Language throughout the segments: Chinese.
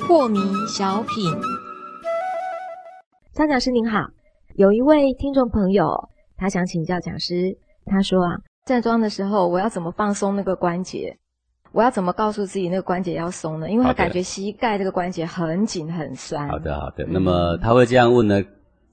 破迷小品，张讲师您好，有一位听众朋友，他想请教讲师，他说啊，站桩的时候我要怎么放松那个关节？我要怎么告诉自己那个关节要松呢？因为他好的感觉膝盖这个关节很紧很酸。好，的，好的。嗯那么他会这样问呢，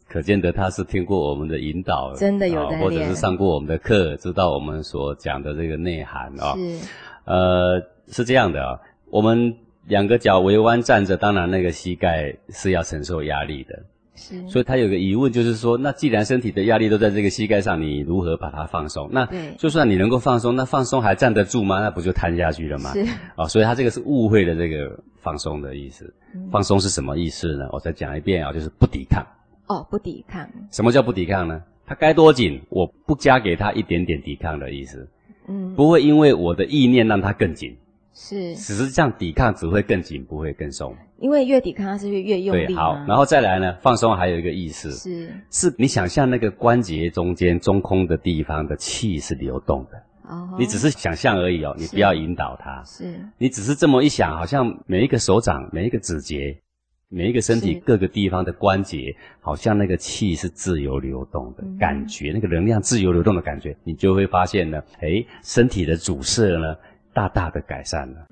可见得他是听过我们的引导，真的有啊在或者练是上过我们的课，知道我们所讲的这个内涵啊。是呃，是这样的啊，我们两个脚围弯站着，当然那个膝盖是要承受压力的。嗯是，所以他有个疑问，就是说，那既然身体的压力都在这个膝盖上，你如何把它放松？那对就算你能够放松，那放松还站得住吗？那不就瘫下去了吗？是啊、所以他这个是误会了这个放松的意思。嗯放松是什么意思呢？我再讲一遍啊，就是不抵抗。哦，不抵抗，什么叫不抵抗呢？它该多紧，我不加给它一点点抵抗的意思，嗯，不会因为我的意念让它更紧，是只是这样抵抗只会更紧，不会更松。因为越抵抗它是越越用力对，好嘛，然后再来呢，放松还有一个意思是是你想象那个关节中间中空的地方的气是流动的，哦，你只是想象而已哦，你是不要引导它。是你只是这么一想，好像每一个手掌、每一个指节、每一个身体是各个地方的关节，好像那个气是自由流动的、嗯感觉，那个能量自由流动的感觉，你就会发现呢，哎，身体的阻塞呢大大的改善了。